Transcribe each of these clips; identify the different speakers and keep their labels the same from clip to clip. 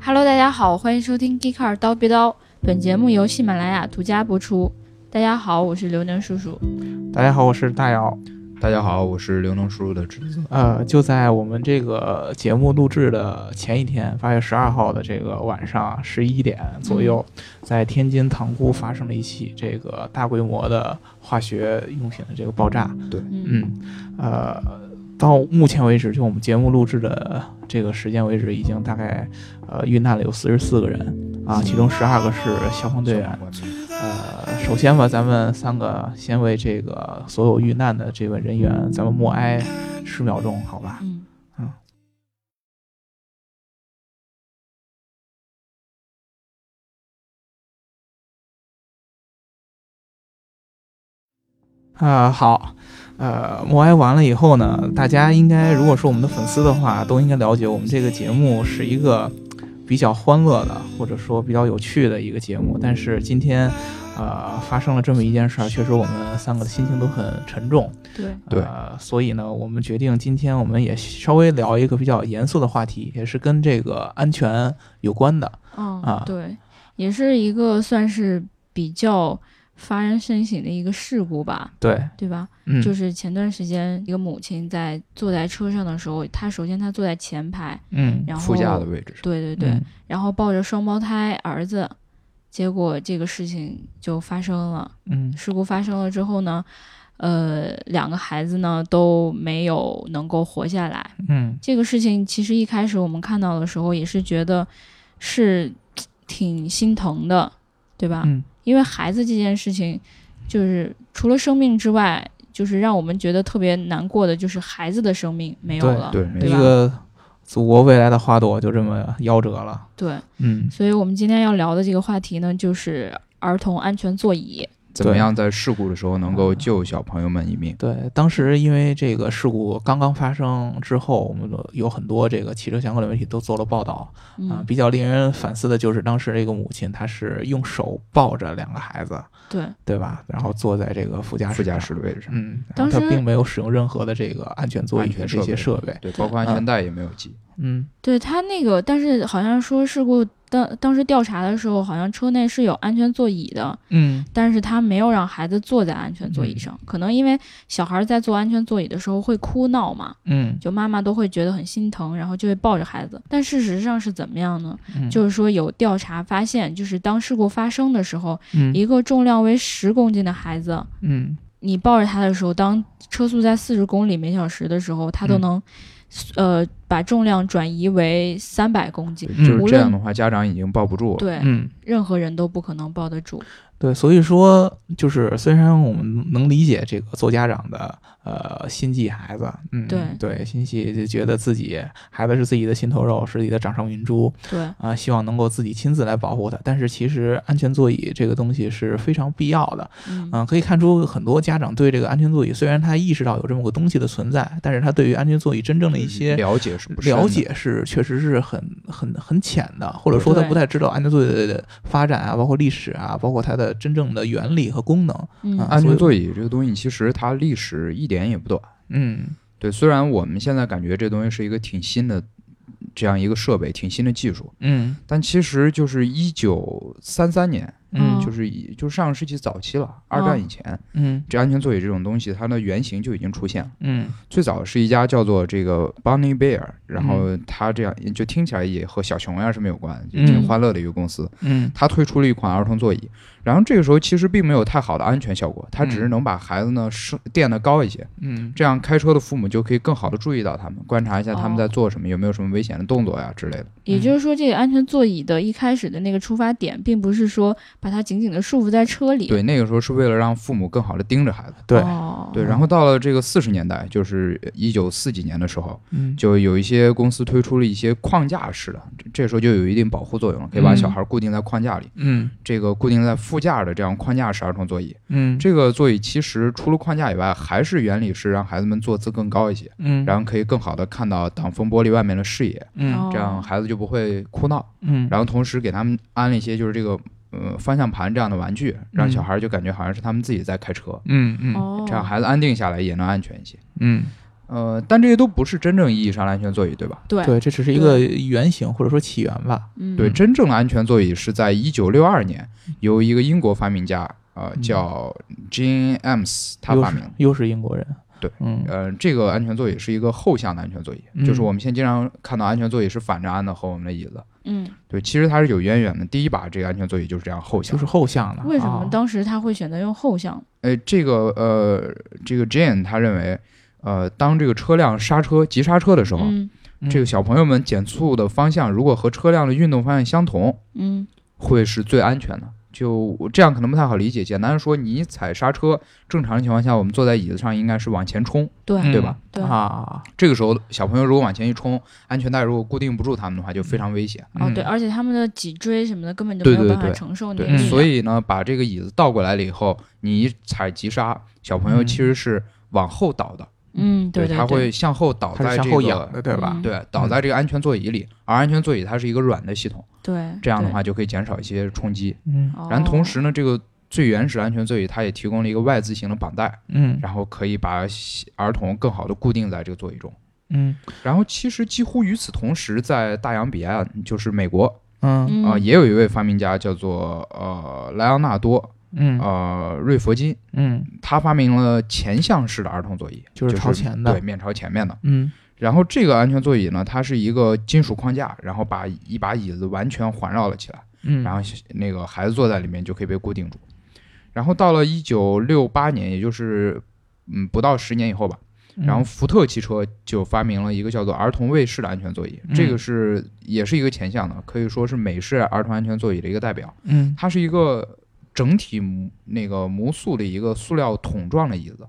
Speaker 1: Hello，大家好，欢迎收听《g e e k a r 刀逼刀》，本节目由喜马拉雅独家播出。大家好，我是刘能叔叔。
Speaker 2: 大家好，我是大姚。
Speaker 3: 大家好，我是刘能叔叔的侄子。
Speaker 2: 呃，就在我们这个节目录制的前一天，八月十二号的这个晚上十一点左右，在天津塘沽发生了一起这个大规模的化学用品的这个爆炸。
Speaker 1: 嗯，
Speaker 2: 嗯，呃，到目前为止，就我们节目录制的这个时间为止，已经大概呃遇难了有四十四个人啊，其中十二个是消防队员。呃，首先吧，咱们三个先为这个所有遇难的这位人员，咱们默哀十秒钟，好吧？
Speaker 1: 嗯
Speaker 2: 啊，好，呃，默哀完了以后呢，大家应该如果是我们的粉丝的话，都应该了解我们这个节目是一个比较欢乐的，或者说比较有趣的一个节目。但是今天，呃，发生了这么一件事儿，确实我们三个的心情都很沉重。
Speaker 1: 对，
Speaker 3: 对
Speaker 2: 呃，所以呢，我们决定今天我们也稍微聊一个比较严肃的话题，也是跟这个安全有关的。
Speaker 1: 嗯、
Speaker 2: 啊
Speaker 1: 对，也是一个算是比较发人深省的一个事故吧，
Speaker 2: 对，
Speaker 1: 对吧？
Speaker 2: 嗯，
Speaker 1: 就是前段时间一个母亲在坐在车上的时候，她首先她坐在前排，
Speaker 2: 嗯，
Speaker 1: 然后
Speaker 3: 副驾的位置，
Speaker 1: 对对对，
Speaker 2: 嗯
Speaker 1: 然后抱着双胞胎儿子，结果这个事情就发生了。
Speaker 2: 嗯
Speaker 1: 事故发生了之后呢，呃，两个孩子呢都没有能够活下来。
Speaker 2: 嗯
Speaker 1: 这个事情其实一开始我们看到的时候也是觉得是挺心疼的，对吧？
Speaker 2: 嗯
Speaker 1: 因为孩子这件事情，就是除了生命之外，就是让我们觉得特别难过的，就是孩子的生命没有了，
Speaker 3: 对，
Speaker 2: 一
Speaker 3: 没
Speaker 1: 对吧
Speaker 3: 错，
Speaker 2: 个祖国未来的花朵就这么夭折了。
Speaker 1: 对
Speaker 2: 嗯，
Speaker 1: 所以我们今天要聊的这个话题呢，就是儿童安全座椅。
Speaker 3: 怎么样在事故的时候能够救小朋友们一命？
Speaker 2: 对，当时因为这个事故刚刚发生之后，我们有很多这个汽车相关的媒体都做了报道
Speaker 1: 嗯，
Speaker 2: 啊。比较令人反思的就是当时这个母亲，她是用手抱着两个孩子，
Speaker 1: 对
Speaker 2: 对吧？然后坐在这个副驾驶
Speaker 3: 副驾
Speaker 2: 上
Speaker 3: 驶的位置上，
Speaker 2: 啊嗯，然
Speaker 1: 当
Speaker 2: 后他
Speaker 1: 时
Speaker 2: 并没有使用任何的这个安全座
Speaker 3: 安
Speaker 2: 椅
Speaker 3: 全
Speaker 2: 的
Speaker 3: 设
Speaker 2: 这些
Speaker 3: 备
Speaker 2: 设备。
Speaker 3: 对，包括安全带也没有系。
Speaker 2: 嗯，
Speaker 1: 对他那个，但是好像说事故当当时调查的时候，好像车内是有安全座椅的，
Speaker 2: 嗯，
Speaker 1: 但是他没有让孩子坐在安全座椅上，可能因为小孩在坐安全座椅的时候会哭闹嘛，
Speaker 2: 嗯，
Speaker 1: 就妈妈都会觉得很心疼，然后就会抱着孩子。但事实上是怎么样呢？
Speaker 2: 嗯
Speaker 1: 就是说有调查发现，就是当事故发生的时候，
Speaker 2: 嗯
Speaker 1: 一个重量为十公斤的孩子，
Speaker 2: 嗯
Speaker 1: 你抱着他的时候，当车速在四十公里每小时的时候，他都
Speaker 2: 嗯
Speaker 1: 能，呃，把重量转移为三百公斤。
Speaker 2: 嗯
Speaker 3: 就是
Speaker 1: 无
Speaker 3: 这
Speaker 1: 论
Speaker 3: 样的话，家长已经抱不住了。
Speaker 1: 对，
Speaker 2: 嗯，
Speaker 1: 任何人都不可能抱得住。
Speaker 2: 对，所以说就是虽然我们能理解这个做家长的呃心系孩子，嗯，
Speaker 1: 对
Speaker 2: 对，心系就觉得自己孩子是自己的心头肉，是自己的掌上明珠
Speaker 1: 对，
Speaker 2: 啊、希望能够自己亲自来保护他。但是其实安全座椅这个东西是非常必要的，
Speaker 1: 嗯，
Speaker 3: 啊
Speaker 2: 嗯，可以看出很多家长对这个安全座椅，虽然他意识到有这么个东西的存在，但是他对于安全座椅真嗯正的一些
Speaker 3: 了解是不深的
Speaker 2: 了，解是确实是很很很浅的，或者说他
Speaker 1: 对
Speaker 2: 不太知道安全座椅的发展啊，包括历史啊，包括它的真正的原理和功能。
Speaker 1: 嗯
Speaker 2: 啊
Speaker 3: 安全座椅这个东西其实它历史一点也不短。
Speaker 2: 嗯
Speaker 3: 对，虽然我们现在感觉这东西是一个挺新的这样一个设备，挺新的技术，
Speaker 2: 嗯
Speaker 3: 但其实就是一九三三年，
Speaker 1: 嗯
Speaker 2: 嗯
Speaker 3: 就是以就上世纪早期了，二战以前，
Speaker 2: 嗯
Speaker 3: 这安全座椅这种东西，它的原型就已经出现了。
Speaker 2: 嗯
Speaker 3: 最早是一家叫做这个 Bonnie Bear，然后它这样就听起来也和小熊呀什么有关，就挺
Speaker 2: 嗯
Speaker 3: 欢乐的一个公司。
Speaker 2: 嗯
Speaker 3: 它推出了一款儿童座椅，然后这个时候其实并没有太好的安全效果，它只是
Speaker 2: 嗯
Speaker 3: 能把孩子呢升垫得高一些，
Speaker 2: 嗯
Speaker 3: 这样开车的父母就可以更好的注意到他们，观察一下他们
Speaker 1: 哦
Speaker 3: 在做什么，有没有什么危险的动作呀之类的。
Speaker 1: 也就是说，这个安全座椅的一开始的那个出发点，并不是说把它紧紧的束缚在车里。
Speaker 3: 对，那个时候是为了让父母更好的盯着孩子。
Speaker 2: 对
Speaker 1: 哦、
Speaker 3: 对，然后到了这个四十年代，就是一九四几年的时候，
Speaker 2: 嗯
Speaker 3: 就有一些公司推出了一些框架式的，这这时候就有一定保护作用了，可以把
Speaker 2: 嗯
Speaker 3: 小孩固定在框架里。
Speaker 2: 嗯
Speaker 3: 这个固定在副驾的这样框架式儿童座椅，
Speaker 2: 嗯
Speaker 3: 这个座椅其实除了框架以外，还是原理是让孩子们坐姿更高一些，
Speaker 2: 嗯
Speaker 3: 然后可以更好的看到挡风玻璃外面的视野，
Speaker 2: 嗯
Speaker 1: 哦
Speaker 3: 这样孩子就不会哭闹。
Speaker 2: 嗯
Speaker 3: 然后同时给他们安了一些就是这个呃方向盘这样的玩具，让
Speaker 2: 嗯
Speaker 3: 小孩就感觉好像是他们自己在开车，
Speaker 2: 嗯嗯
Speaker 1: 哦，
Speaker 3: 这样孩子安定下来也能安全一些。
Speaker 2: 嗯
Speaker 3: 呃，但这些都不是真正意义上的安全座椅，对吧？
Speaker 1: 对
Speaker 2: 对，这只是一个原型或者说起源吧。
Speaker 1: 嗯
Speaker 3: 对，真正的安全座椅是在一九六二年由一个英国发明家呃
Speaker 2: 嗯
Speaker 3: 叫 Jean Ames 他
Speaker 2: 又
Speaker 3: 发
Speaker 2: 是
Speaker 3: 明。
Speaker 2: 又是英国人。
Speaker 3: 对，
Speaker 2: 嗯，
Speaker 3: 呃，这个安全座椅是一个后向的安全座椅，
Speaker 2: 嗯
Speaker 3: 就是我们现在经常看到安全座椅是反着安的和我们的椅子。
Speaker 1: 嗯，
Speaker 3: 对，其实它是有渊源的。第一把这个安全座椅就是这样后向
Speaker 2: 就。是后向的。
Speaker 1: 为什么
Speaker 2: 啊
Speaker 1: 当时他会选择用后向？
Speaker 3: 呃，这个呃，这个 Jane 他认为，呃，当这个车辆刹车急刹车的时候，
Speaker 1: 嗯
Speaker 3: 这个小朋友们减速的方向如果和车辆的运动方向相同，
Speaker 1: 嗯
Speaker 3: 会是最安全的。就这样可能不太好理解，简单地说，你踩刹车，正常的情况下，我们坐在椅子上应该是往前冲。
Speaker 1: 对
Speaker 2: 嗯
Speaker 3: 对吧？
Speaker 1: 对
Speaker 2: 啊，
Speaker 3: 这个时候，小朋友如果往前一冲，安全带如果固定不住他们的话，就非常危险。
Speaker 1: 哦
Speaker 2: 嗯
Speaker 1: 对，而且他们的脊椎什么的根本就
Speaker 3: 对
Speaker 1: 没有
Speaker 3: 对
Speaker 1: 办法
Speaker 3: 对
Speaker 1: 承受你的
Speaker 3: 对，
Speaker 1: 力量，
Speaker 3: 所以呢，把这个椅子倒过来了以后，你一踩急刹，小朋友
Speaker 2: 嗯
Speaker 3: 其实是往后倒的，
Speaker 1: 嗯对
Speaker 3: 他
Speaker 1: 对
Speaker 3: 会向后倒
Speaker 2: 它
Speaker 3: 在
Speaker 2: 是
Speaker 3: 这
Speaker 2: 向
Speaker 3: 个
Speaker 2: 后仰的，对吧
Speaker 1: 嗯？
Speaker 3: 对，倒在这个安全座椅里，而安全座椅它是一个软的系统，
Speaker 1: 对
Speaker 3: 这样的
Speaker 1: 对
Speaker 3: 话就可以减少一些冲击。
Speaker 2: 嗯
Speaker 3: 然后同
Speaker 1: 哦
Speaker 3: 时呢，这个最原始安全座椅它也提供了一个 Y 字形的绑带，
Speaker 2: 嗯
Speaker 3: 然后可以把儿童更好的固定在这个座椅中。
Speaker 2: 嗯
Speaker 3: 然后其实几乎与此同时，在大洋彼岸，就是美国
Speaker 2: 嗯
Speaker 1: 嗯
Speaker 3: 啊、也有一位发明家叫做呃莱昂纳多
Speaker 2: 嗯
Speaker 3: 呃瑞佛金，
Speaker 2: 嗯
Speaker 3: 他发明了前向式的儿童座椅，
Speaker 2: 就是朝前的
Speaker 3: 对，面朝前面的。
Speaker 2: 嗯
Speaker 3: 然后这个安全座椅呢，它是一个金属框架，然后把一把椅子完全环绕了起来，
Speaker 2: 嗯，
Speaker 3: 然后那个孩子坐在里面就可以被固定住。然后到了一九六八年，也就是嗯不到十年以后吧，然后福特汽车就发明了一个叫做儿童卫士的安全座椅，
Speaker 2: 嗯
Speaker 3: 这个是也是一个前向的，可以说是美式儿童安全座椅的一个代表。
Speaker 2: 嗯
Speaker 3: 它是一个整体模那个模塑的一个塑料桶状的椅子，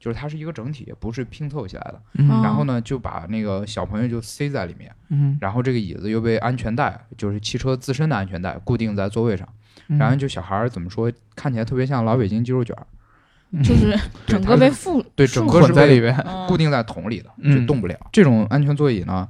Speaker 3: 就是它是一个整体，不是拼凑起来的。
Speaker 2: 嗯
Speaker 1: 哦
Speaker 3: 然后呢，就把那个小朋友就塞在里面，
Speaker 2: 嗯，
Speaker 3: 然后这个椅子又被安全带，就是汽车自身的安全带固定在座位上，
Speaker 2: 嗯
Speaker 3: 然后就小孩儿怎么说，看起来特别像老北京鸡肉卷儿，
Speaker 2: 嗯
Speaker 1: 就是
Speaker 3: 嗯对
Speaker 1: 整
Speaker 3: 它
Speaker 1: 个被
Speaker 3: 是
Speaker 1: 附
Speaker 3: 对
Speaker 1: 束
Speaker 3: 整
Speaker 1: 缚
Speaker 3: 个
Speaker 2: 混
Speaker 3: 是
Speaker 2: 在
Speaker 3: 被
Speaker 2: 里边，
Speaker 1: 嗯
Speaker 3: 固定在桶里的，
Speaker 2: 嗯
Speaker 3: 就动不了。这种安全座椅呢，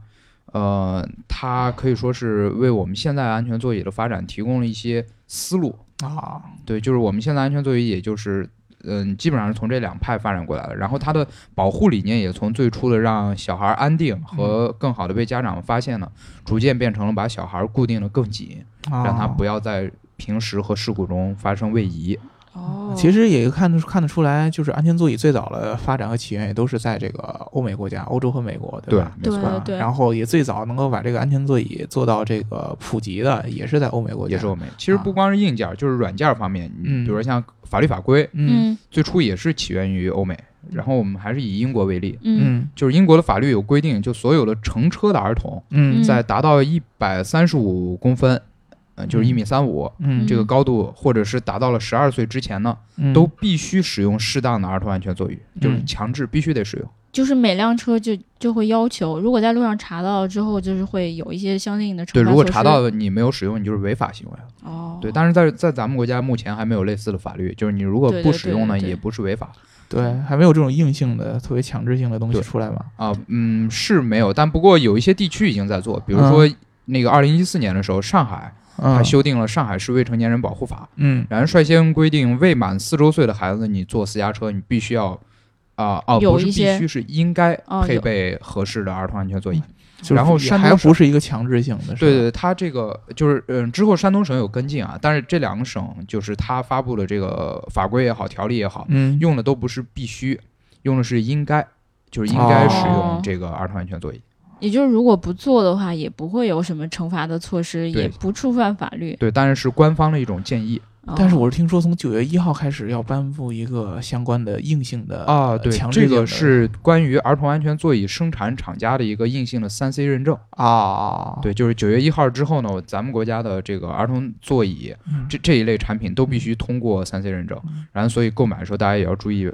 Speaker 3: 呃，它可以说是为我们现在安全座椅的发展提供了一些思路。
Speaker 2: 啊，
Speaker 3: 对，就是我们现在安全座椅，也就是嗯，基本上是从这两派发展过来的。然后它的保护理念也从最初的让小孩安定和更好的被家长发现呢，逐渐变成了把小孩固定的更紧，
Speaker 2: 啊
Speaker 3: 让他不
Speaker 2: 要。
Speaker 3: 要在平时和事故中发生位移。啊
Speaker 1: 哦，
Speaker 2: 其实也看得出看得出来，就是安全座椅最早的发展和起源也都是在这个欧美国家，欧洲和美国，吧？
Speaker 3: 没
Speaker 1: 对
Speaker 3: 错，
Speaker 2: 啊
Speaker 1: 对
Speaker 2: 然后也最早能够把这个安全座椅做到这个普及的，也是在欧美国家。
Speaker 3: 也是我们。其实不光是硬件儿，就是软件儿方面，
Speaker 2: 啊嗯
Speaker 3: 你比如说像法律法规，
Speaker 2: 嗯
Speaker 1: 嗯
Speaker 3: 最初也是起源于欧美。然后我们还是以英国为例，
Speaker 1: 嗯
Speaker 2: 嗯
Speaker 3: 就是英国的法律有规定，就所有的乘车的儿童
Speaker 2: 嗯
Speaker 3: 在达到一百三十五公分，呃，就是一米三五
Speaker 2: 嗯
Speaker 3: 这个高度，或者是达到了十二岁之前呢，
Speaker 2: 嗯
Speaker 3: 都必须使用适当的儿童安全座椅，就是强制必须得使用。
Speaker 1: 就是每辆车就就会要求，如果在路上查到了之后，就是会有一些相应的惩罚
Speaker 3: 对，如果
Speaker 1: 措施
Speaker 3: 查到你没有使用，你就是违法行为了。
Speaker 1: 哦，
Speaker 3: 对，但是在在咱们国家目前还没有类似的法律，就是你如果
Speaker 1: 对对
Speaker 3: 不
Speaker 1: 对
Speaker 3: 使用呢，
Speaker 1: 对对
Speaker 3: 也不是违法。
Speaker 2: 对，还没有这种硬性的、特别强制性的东西
Speaker 3: 对
Speaker 2: 出来嘛。
Speaker 3: 啊，嗯，是没有，但不过有一些地区已经在做，比如说那个二零一四年的时候，上海它
Speaker 2: 嗯，
Speaker 3: 修订了《上海市未成年人保护法》，
Speaker 2: 嗯
Speaker 3: 然后率先规定未满四周岁的孩子，你坐私家车，你必须要。啊、哦，
Speaker 1: 有
Speaker 3: 不是
Speaker 1: 一
Speaker 3: 必
Speaker 1: 些
Speaker 3: 须是应该
Speaker 1: 哦
Speaker 3: 配
Speaker 1: 有嗯
Speaker 3: 备合适的儿童安全座椅。
Speaker 2: 就是
Speaker 3: 然后
Speaker 2: 也
Speaker 3: 山
Speaker 2: 还
Speaker 3: 东省
Speaker 2: 不是一个强制性的，是吧
Speaker 3: 对对，它这个就是嗯，之后山东省有跟进啊，但是这两个省就是它发布的这个法规也好，条例也好，
Speaker 2: 嗯，
Speaker 3: 用的都不是必须，用的是应该，就是应该使
Speaker 1: 哦
Speaker 3: 用这个儿童安全座椅。
Speaker 1: 也就是如果不做的话，也不会有什么惩罚的措施，
Speaker 3: 对
Speaker 1: 也不触犯法律。
Speaker 3: 对，但是是官方的一种建议。
Speaker 1: 哦
Speaker 2: 但是我是听说从九月一号开始要颁布一个相关的硬性的
Speaker 3: 啊，对，
Speaker 2: 强制
Speaker 3: 这
Speaker 2: 性的
Speaker 3: 个是关于儿童安全座椅生产厂家的一个硬性的三 C 认证。
Speaker 2: 啊，
Speaker 3: 对，就是九月一号之后呢，咱们国家的这个儿童座椅
Speaker 2: 嗯，
Speaker 3: 这这一类产品都必须通过三 C 认证。然后，所以购买的时候大家也要注意，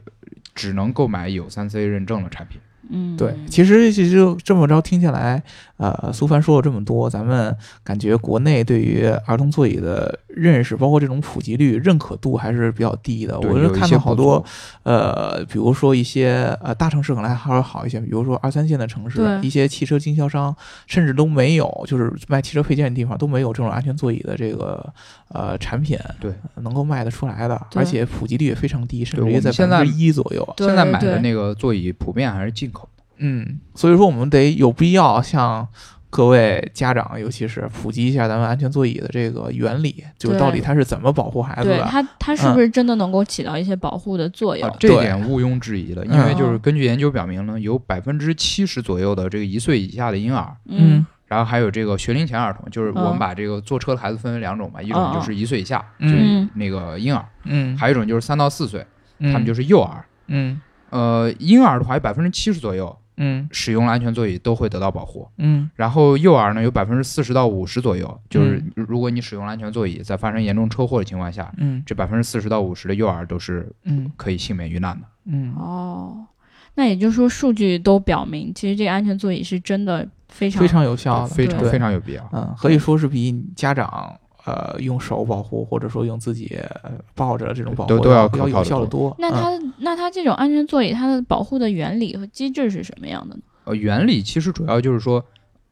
Speaker 3: 只能购买有三 C 认证的产品。
Speaker 1: 嗯，
Speaker 2: 对，其实其实就这么着听下来，呃，苏凡说了这么多，咱们感觉国内对于儿童座椅的认识，包括这种普及率、认可度还是比较低的。
Speaker 3: 对
Speaker 2: 我是
Speaker 3: 有一
Speaker 2: 看
Speaker 3: 些
Speaker 2: 到好
Speaker 3: 不
Speaker 2: 多
Speaker 3: 足，
Speaker 2: 呃，比如说一些呃大城市可能还稍微好一些，比如说二三线的城市
Speaker 1: 对，
Speaker 2: 一些汽车经销商甚至都没有，就是卖汽车配件的地方都没有这种安全座椅的这个呃产品，
Speaker 3: 对，
Speaker 2: 能够卖得出来的，
Speaker 1: 对
Speaker 2: 而且普及率也非常低，甚
Speaker 3: 对
Speaker 2: 至于
Speaker 3: 我们
Speaker 2: 在
Speaker 3: 现
Speaker 2: 百
Speaker 3: 在
Speaker 2: 分之一左右。
Speaker 1: 对
Speaker 3: 现在买
Speaker 1: 对
Speaker 3: 的那个座椅普遍还是进口的，
Speaker 2: 嗯，所以说我们得有必要向各位家长，尤其是普及一下咱们安全座椅的这个原理，就是
Speaker 1: 对
Speaker 2: 到底它是怎么保护孩子
Speaker 1: 对
Speaker 2: 的。
Speaker 1: 它它是不是真的能够起到一些保护的作用？
Speaker 3: 嗯啊，这
Speaker 2: 对
Speaker 3: 点毋庸置疑的，因为就是
Speaker 1: 嗯
Speaker 3: 根据研究表明呢，有百分之七十左右的这个一岁以下的婴儿，
Speaker 1: 嗯
Speaker 3: 然后还有这个学龄前儿童，就是我
Speaker 1: 嗯
Speaker 3: 们把这个坐车的孩子分为两种吧，一种
Speaker 1: 嗯
Speaker 3: 就是一岁以下，
Speaker 2: 嗯
Speaker 3: 就是那个婴儿，
Speaker 2: 嗯，
Speaker 3: 还有一种就是三到四岁，
Speaker 2: 他
Speaker 3: 他们就是是幼儿。
Speaker 2: 嗯
Speaker 3: 呃，婴儿的话有百分之七十左右
Speaker 2: 嗯
Speaker 3: 使用了安全座椅都会得到保护，
Speaker 2: 嗯
Speaker 3: 然后幼儿呢有百分之四十到五十左右，就是
Speaker 1: 嗯
Speaker 3: 如果你使用了安全座椅，在发生严重车祸的情况下，
Speaker 2: 嗯
Speaker 3: 这百分之四十到五十的幼儿都是
Speaker 2: 嗯
Speaker 3: 可以幸免于难的。
Speaker 2: 嗯，
Speaker 1: 哦，那也就是说，数据都表明，其实这个安全座椅是真的非常
Speaker 2: 非常有效的，
Speaker 3: 呃非常
Speaker 2: 对
Speaker 3: 非常有必要。
Speaker 2: 嗯，可以说是比家长呃用手保护，或者说用自己呃抱着这种保护
Speaker 3: 都都要可
Speaker 2: 要
Speaker 3: 靠
Speaker 2: 有
Speaker 3: 得
Speaker 2: 效的多。
Speaker 1: 那
Speaker 2: 嗯
Speaker 1: 它、那它这种安全座椅，它的保护的原理和机制是什么样的呢？
Speaker 3: 呃，原理其实主要就是说，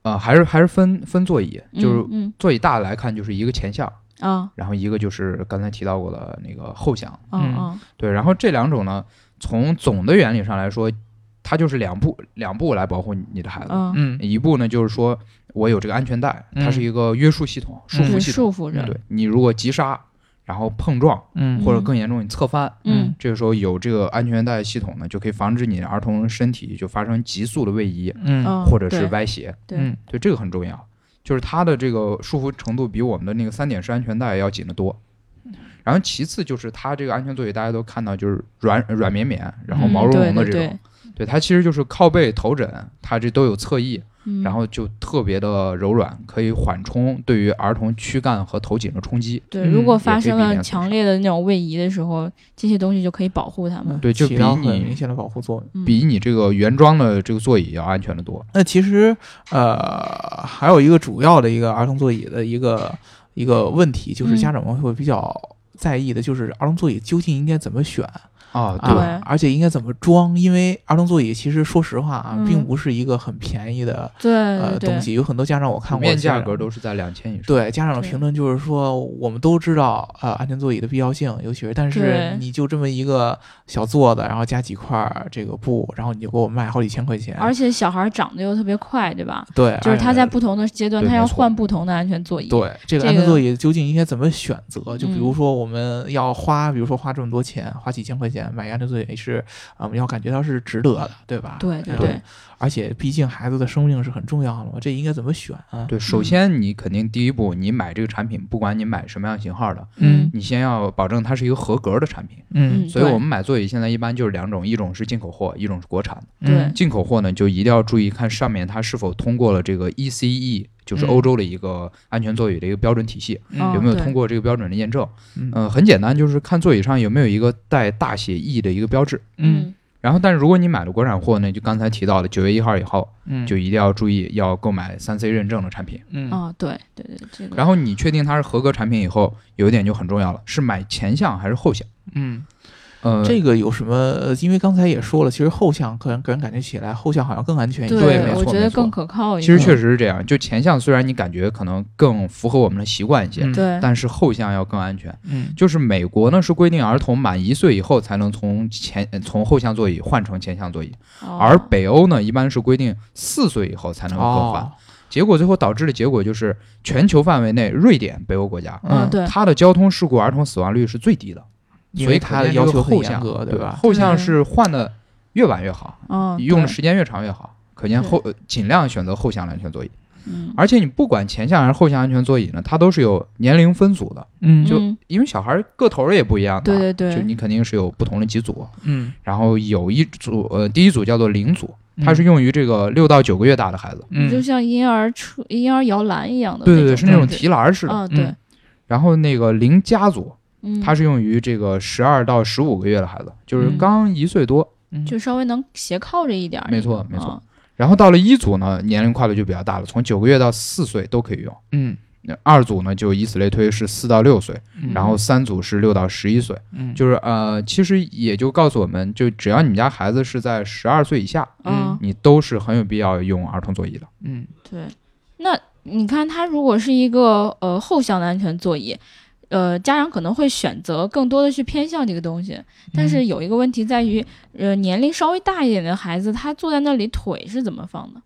Speaker 3: 呃，还是还是分分座椅，就是
Speaker 1: 嗯
Speaker 3: 座椅大的来看就是一个前向，
Speaker 1: 嗯啊
Speaker 3: 然后一个就是刚才提到过的那个后向。
Speaker 1: 啊啊
Speaker 3: 对，然后这两种呢，从总的原理上来说，它就是两步两步来保护你的孩子。
Speaker 1: 啊，
Speaker 2: 嗯
Speaker 3: 一步呢就是说我有这个安全带，它是一个约束系统、
Speaker 2: 嗯
Speaker 3: 束
Speaker 1: 就
Speaker 3: 缚
Speaker 1: 是
Speaker 3: 系统。
Speaker 1: 束缚着，
Speaker 3: 对你如果急刹，然后碰撞，
Speaker 2: 嗯
Speaker 3: 或者更严重你侧翻，
Speaker 1: 嗯
Speaker 3: 这个时候有这个安全带系统呢，就可以防止你的儿童身体就发生急速的位移，
Speaker 2: 嗯
Speaker 1: 嗯，
Speaker 3: 或者是
Speaker 1: 对
Speaker 3: 歪斜。
Speaker 1: 对
Speaker 2: 嗯
Speaker 3: 对，这个很重要，就是它的这个束缚程度比我们的那个三点式安全带要紧得多。
Speaker 1: 嗯
Speaker 3: 然后其次就是它这个安全座椅，大家都看到就是软软绵绵，然后
Speaker 1: 嗯
Speaker 3: 毛茸茸的这
Speaker 1: 对
Speaker 3: 种，
Speaker 1: 对对
Speaker 3: 对它其实就是靠背、头枕，它这都有侧翼，
Speaker 1: 嗯
Speaker 3: 然后就特别的柔软，可以缓冲对于儿童躯干和头颈的冲击。
Speaker 1: 对，
Speaker 2: 嗯
Speaker 1: 如果
Speaker 2: 也
Speaker 1: 发
Speaker 3: 可以
Speaker 1: 生
Speaker 3: 避免
Speaker 1: 了
Speaker 3: 损
Speaker 1: 强
Speaker 3: 伤
Speaker 1: 烈的那种位移的时候，这些东西就可以保护他们
Speaker 2: 嗯。
Speaker 3: 对就
Speaker 2: 起
Speaker 3: 比
Speaker 2: 到很
Speaker 3: 你
Speaker 2: 明显的保护作用。
Speaker 1: 嗯
Speaker 3: 比你这个原装的这个座椅要安全的多。
Speaker 2: 那其实呃，还有一个主要的一个儿童座椅的一个一个问题，就是
Speaker 1: 嗯
Speaker 2: 家长们会比较在意的，就是儿童座椅究竟应该怎么选
Speaker 3: 啊，对，
Speaker 2: 啊，而且应该怎么装？因为儿童座椅其实说实话啊，
Speaker 1: 嗯
Speaker 2: 并不是一个很便宜的
Speaker 1: 对
Speaker 3: 啊
Speaker 2: 呃
Speaker 1: 对
Speaker 2: 东西，有很多家长我看
Speaker 3: 普
Speaker 2: 过
Speaker 3: 遍
Speaker 2: 家
Speaker 3: 价
Speaker 2: 长
Speaker 3: 格都是在两千以上。
Speaker 2: 对家长的
Speaker 1: 对
Speaker 2: 评论就是说，我们都知道呃安全座椅的必要性，尤其是但是
Speaker 1: 对
Speaker 2: 你就这么一个小座子，然后加几块儿这个布，然后你就给我卖好几千块钱，
Speaker 1: 而且小孩儿长得又特别快，对吧？
Speaker 2: 对，
Speaker 1: 就是
Speaker 2: 而且
Speaker 1: 他在不同的阶段，
Speaker 3: 哎对
Speaker 1: 他
Speaker 3: 没
Speaker 1: 要
Speaker 3: 错
Speaker 1: 换不同的安全座椅。
Speaker 2: 对这个
Speaker 1: 这
Speaker 2: 安全座
Speaker 1: 个
Speaker 2: 椅究竟应该怎么选择？就比如
Speaker 1: 嗯
Speaker 2: 说我们要花，比如说花这么多钱，花几千块钱买安全座椅是，啊我们要感觉到是值得的，对吧？
Speaker 1: 对对
Speaker 2: 嗯
Speaker 1: 对，
Speaker 2: 而且毕竟孩子的生命是很重要的嘛，这应该怎么选啊？
Speaker 3: 对，
Speaker 1: 嗯
Speaker 3: 首先你肯定第一步，你买这个产品，不管你买什么样型号的，
Speaker 2: 嗯
Speaker 3: 你先要保证它是一个合格的产品。
Speaker 2: 嗯
Speaker 3: 所以
Speaker 1: 对
Speaker 3: 我们买座椅现在一般就是两种，一种是进口货，一种是国产的。
Speaker 1: 对
Speaker 3: 进口货呢，就一定要注意看上面它是否通过了这个 ECE，就是欧洲的一个安全座椅的一个标准体系，
Speaker 1: 嗯
Speaker 3: 有没有
Speaker 1: 对
Speaker 3: 通过这个标准的验证。
Speaker 2: 嗯
Speaker 3: 呃，很简单，就是看座椅上有没有一个带大写 E 的一个标志。
Speaker 2: 嗯
Speaker 3: 然后，但是如果你买了国产货呢，就刚才提到的九月一号以后，
Speaker 2: 嗯
Speaker 3: 就一定要注意要购买三 C 认证的产品。
Speaker 2: 嗯
Speaker 1: 啊，对对对，这个
Speaker 3: 然后你确定它是合格产品以后，有一点就很重要了，是买前项还是后项？
Speaker 2: 嗯，
Speaker 3: 呃，
Speaker 2: 这个有什么？呃因为刚才也说了，其实后向个人个人感觉起来，后向好像更安全一些。
Speaker 3: 对没
Speaker 1: 我觉
Speaker 3: 错没
Speaker 1: 得
Speaker 3: 错
Speaker 1: 更可
Speaker 2: 哦
Speaker 1: 靠一
Speaker 3: 其
Speaker 1: 些。
Speaker 3: 实确实是这样。就前项虽然你感觉可能更符合我们的习惯一些，
Speaker 2: 嗯
Speaker 1: 对，
Speaker 3: 但是后项要更安全。
Speaker 2: 嗯
Speaker 3: 就是美国呢是规定儿童满一岁以后才能从前呃从后向座椅换成前向座椅，
Speaker 1: 哦
Speaker 3: 而北欧呢一般是规定四岁以后才能更换。
Speaker 2: 哦
Speaker 3: 结果最后导致的结果就是全球范围内，瑞典北欧国家。
Speaker 1: 嗯
Speaker 2: 嗯
Speaker 1: 对，
Speaker 3: 它的交通事故儿童死亡率是最低的，
Speaker 2: 因
Speaker 3: 所以
Speaker 2: 为
Speaker 3: 可
Speaker 2: 它的
Speaker 3: 见
Speaker 2: 要
Speaker 3: 这
Speaker 2: 求
Speaker 3: 个
Speaker 2: 很
Speaker 3: 后
Speaker 2: 严
Speaker 3: 项
Speaker 2: 格，
Speaker 3: 对
Speaker 2: 吧？嗯
Speaker 3: 后项
Speaker 1: 对
Speaker 3: 是换的越晚越好，
Speaker 1: 嗯
Speaker 3: 用的
Speaker 1: 对
Speaker 3: 时间越长越好。可见后呃尽量选择后向安全座椅，
Speaker 1: 嗯
Speaker 3: 而且你不管前向还是后向安全座椅呢，它都是有年龄分组的，
Speaker 2: 嗯
Speaker 3: 就
Speaker 1: 嗯
Speaker 3: 因为小孩个头儿也不一样的啊，
Speaker 1: 对对对
Speaker 3: 就你肯定是有不同的几组，
Speaker 2: 嗯，
Speaker 3: 然后有一组呃第一组叫做零组，它是
Speaker 2: 用
Speaker 3: 用于这个六到九个月大的孩子，
Speaker 2: 嗯
Speaker 1: 就像婴儿车、婴儿摇篮一样的，
Speaker 3: 对对对，是那种
Speaker 1: 东西
Speaker 3: 提篮儿似的，
Speaker 1: 啊，对，
Speaker 3: 然后那个零家组，
Speaker 1: 嗯，
Speaker 3: 它是用于这个十二到十五个月的孩子，就是
Speaker 2: 嗯
Speaker 3: 刚一岁多。
Speaker 1: 就稍微能斜靠着一点儿，
Speaker 3: 没错没错
Speaker 1: 啊，
Speaker 3: 然后到了一组呢，年龄跨度就比较大了，从九个月到四岁都可以用。
Speaker 2: 嗯
Speaker 3: 那二组呢，就以此类推是四到六岁，
Speaker 2: 嗯
Speaker 3: 然后三组是六到十一岁。
Speaker 2: 嗯
Speaker 3: 就是呃，其实也就告诉我们，就只要你们家孩子是在十二岁以下，
Speaker 1: 嗯，
Speaker 3: 你都是很有必要用儿童座椅的。
Speaker 2: 嗯
Speaker 1: 对。那你看，它如果是一个呃后向的安全座椅，呃，家长可能会选择更多的去偏向这个东西，但
Speaker 3: 嗯
Speaker 1: 是有一个问题在于，呃，年龄稍微大一点的孩子，他坐在那里腿是怎么放的？